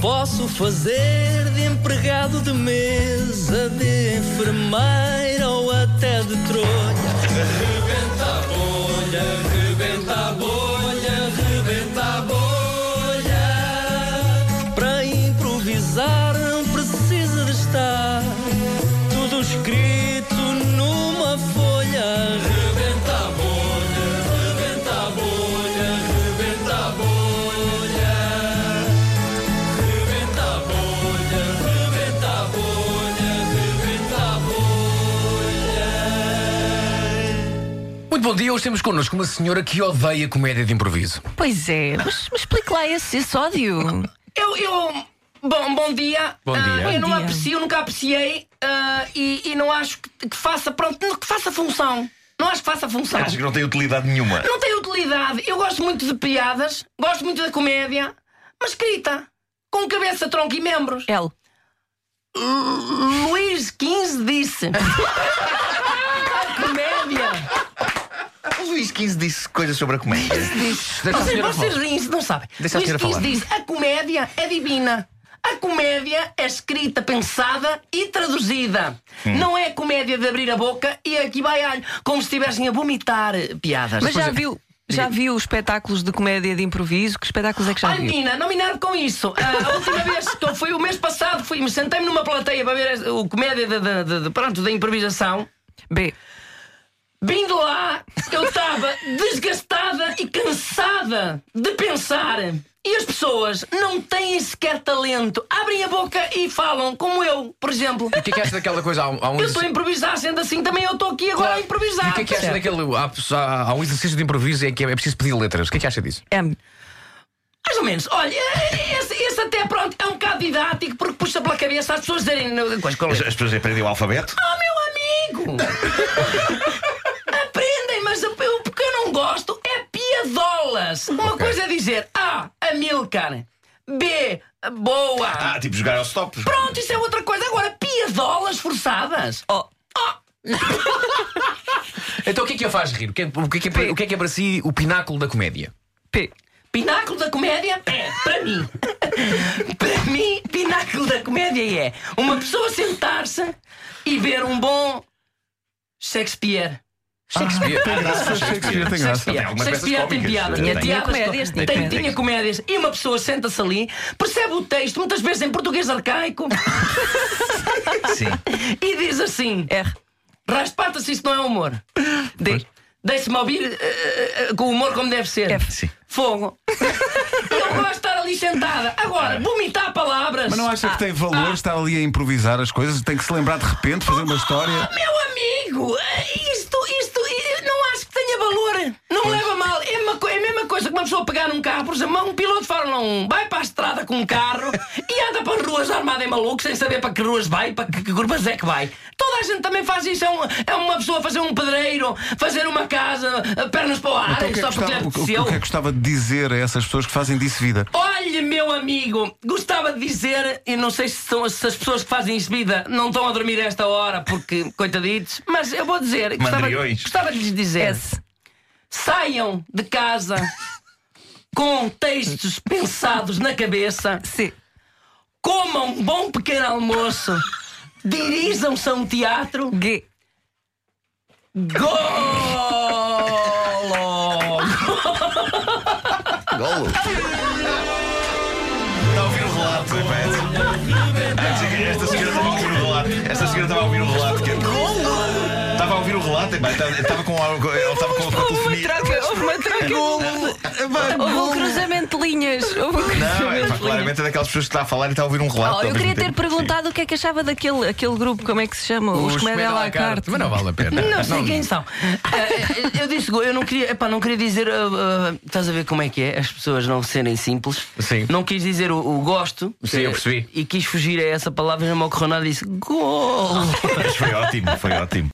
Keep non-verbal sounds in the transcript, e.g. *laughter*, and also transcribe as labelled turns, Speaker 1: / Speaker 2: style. Speaker 1: posso fazer de empregado de mesa, de enfermeira ou até de trolha. Rebenta a bolha, rebenta a bolha, rebenta a bolha. Para improvisar não precisa de estar tudo escrito numa folha. Rebenta a bolha, rebenta a bolha, rebenta a bolha. Rebenta a bolha, rebenta a bolha, rebenta a bolha.
Speaker 2: Muito bom dia, hoje temos connosco uma senhora que odeia comédia de improviso.
Speaker 3: Pois é, mas, mas explique lá esse, esse ódio.
Speaker 4: Eu, eu bom, bom dia.
Speaker 2: Bom
Speaker 4: Ah,
Speaker 2: dia.
Speaker 3: Bom
Speaker 4: eu não
Speaker 3: dia.
Speaker 4: aprecio, nunca apreciei ah, e, e não acho que, que faça, pronto, que faça função. Não acho que faça função.
Speaker 5: Achas que não tem utilidade nenhuma?
Speaker 4: Não tem utilidade. Eu gosto muito de piadas, gosto muito da comédia, mas escrita, com cabeça, tronco e membros.
Speaker 3: L.
Speaker 4: Luís
Speaker 3: *laughs*
Speaker 4: XV disse. comédia.
Speaker 5: O Luís XV disse coisas sobre a comédia.
Speaker 2: Deixa a
Speaker 4: Vocês,
Speaker 2: senhora
Speaker 4: vocês
Speaker 2: falar.
Speaker 4: riem-se, não sabem.
Speaker 2: Deixa a
Speaker 4: Luís
Speaker 2: senhora
Speaker 4: Quinze
Speaker 2: falar.
Speaker 4: diz: a comédia é divina. A comédia é escrita, pensada e traduzida.
Speaker 3: Hum.
Speaker 4: Não é comédia de abrir a boca e aqui vai alho, como se estivessem a vomitar eh, piadas.
Speaker 3: Mas já viu, já viu espetáculos de comédia de improviso? Que espetáculos é que já
Speaker 4: Ai,
Speaker 3: viu?
Speaker 4: menina, não me enerve com isso. Ah,
Speaker 3: *laughs*
Speaker 4: a última vez que eu fui, o mês passado, fui, me sentei-me numa plateia para ver as- o comédia de, de- de- de- pronto, da improvisação.
Speaker 3: B.
Speaker 4: Vindo lá, eu estava desgastada e cansada de pensar. E as pessoas não têm sequer talento. Abrem a boca e falam, como eu, por exemplo.
Speaker 2: O que é que acha daquela coisa? Há um, há um
Speaker 4: Eu estou a improvisar, sendo assim também eu estou aqui agora a
Speaker 2: E
Speaker 4: improvisar.
Speaker 2: o que é que acha
Speaker 4: percebe?
Speaker 2: daquele. Há, há- há um exercício de improviso em que é preciso pedir letras. O que é que acha disso?
Speaker 3: M.
Speaker 4: Mais ou menos. Olha, esse, esse até pronto é um bocado didático porque puxa pela cabeça as pessoas dizerem. Quais
Speaker 2: é
Speaker 5: As, as pessoas aprendem o alfabeto?
Speaker 4: Oh, meu amigo! Aprendem, mas o, o que eu não gosto é piadolas. Uma coisa é dizer A, Amilcar. B, boa.
Speaker 5: Ah, tipo jogar ao stop.
Speaker 4: Pronto, isso é outra coisa. Agora, piadolas forçadas. Oh,
Speaker 3: O.
Speaker 2: Então o que é que a faz rir? O que é, o que é, que é- o que é que é para si o pináculo da comédia?
Speaker 3: P.
Speaker 4: Pináculo da comédia é, para mim. *laughs* para mim, pináculo da comédia é uma pessoa sentar-se e ver um bom Shakespeare.
Speaker 2: Shakespeare.
Speaker 5: Shakespeare tem
Speaker 4: Shakespeare.
Speaker 5: Tem é algumas peças
Speaker 4: Shakespeare tem
Speaker 5: cómicas.
Speaker 4: piadas.
Speaker 5: Tem.
Speaker 4: Tinha piadas.
Speaker 3: comédias, tinha
Speaker 4: Tem-
Speaker 3: comédias.
Speaker 4: tinha comédias. E uma pessoa senta-se ali, percebe o texto, muitas vezes em português arcaico,
Speaker 5: Sim.
Speaker 4: e diz assim:
Speaker 3: R.
Speaker 4: Raspata-se, isso não é humor.
Speaker 3: D.
Speaker 4: Deixe-me ouvir eh, eh, eh, com humor como deve ser.
Speaker 3: F.
Speaker 5: Sim.
Speaker 4: Fogo. Eu gosto de estar ali sentada. Agora, vomitar palavras.
Speaker 6: Mas não acha que tem valor
Speaker 4: Ah.
Speaker 6: estar ali a improvisar as coisas? Tem que se lembrar de repente,
Speaker 4: *laughs*
Speaker 6: fazer uma história.
Speaker 4: Ah, Meu amigo, eh, isto, isto, eh, não acho que tenha valor. Não leva mal. É, uma co- é a mesma coisa que uma pessoa pegar num carro, por exemplo, um piloto de Fórmula 1 vai para a estrada com um carro
Speaker 6: *laughs*
Speaker 4: e anda para as ruas armado em maluco, sem saber para que ruas vai, para que, que curvas é que vai. Toda a gente também faz isso. É, um- é uma pessoa fazer um pedreiro, fazer uma casa, eh, pernas para o ar,
Speaker 6: Então, o, que é
Speaker 4: só
Speaker 6: que
Speaker 4: porque lhe
Speaker 6: gostava, o que- o que
Speaker 4: apeteceu.
Speaker 6: é que gostava de dizer a essas pessoas que fazem disso vida?
Speaker 4: Olha, meu amigo, gostava de dizer, e não sei se, são, se as pessoas que fazem isso vida não estão a dormir a esta hora, porque, *laughs* coitaditos, mas eu vou dizer, gostava,
Speaker 5: Mandriões.
Speaker 4: gostava de lhes dizer:
Speaker 3: S.
Speaker 4: saiam de casa com textos pensados na cabeça,
Speaker 3: C.
Speaker 4: comam um bom pequeno almoço, dirijam-se a um teatro,
Speaker 3: G.
Speaker 4: golo!
Speaker 5: Golo. Está a ouvir o relato, Epá, é- Antes é que Esta senhora estava a ouvir o relato. Esta senhora estava a ouvir o relato. que é- Estava a ouvir o relato, epá, estava estava com a- ela estava com a
Speaker 3: Houve uma
Speaker 5: telefonia.
Speaker 3: troca, houve uma troca. Houve um cruzamento de linhas. Houve um
Speaker 5: Não,
Speaker 3: cruzamento
Speaker 5: epá,
Speaker 3: de linhas.
Speaker 5: claramente é daquelas pessoas que está a falar e está a ouvir um relato.
Speaker 3: Oh,
Speaker 5: ao
Speaker 3: eu
Speaker 5: mesmo
Speaker 3: queria ter
Speaker 5: tempo.
Speaker 3: perguntado o que é que achava daquele aquele grupo, como é que se chama? Os, Comédia à la carte.
Speaker 2: Mas não vale a pena.
Speaker 4: Não sei quem são. Ah, eu disse, eu não queria, epá, não queria dizer. ah, ah, estás a ver como é que é? As pessoas não serem simples.
Speaker 3: é.
Speaker 2: Sim.
Speaker 4: Não quis dizer o, o gosto.
Speaker 2: Sim, eu percebi.
Speaker 4: E quis fugir a essa palavra e não me ocorreu nada e disse: Gol!
Speaker 5: Mas foi ótimo, foi ótimo.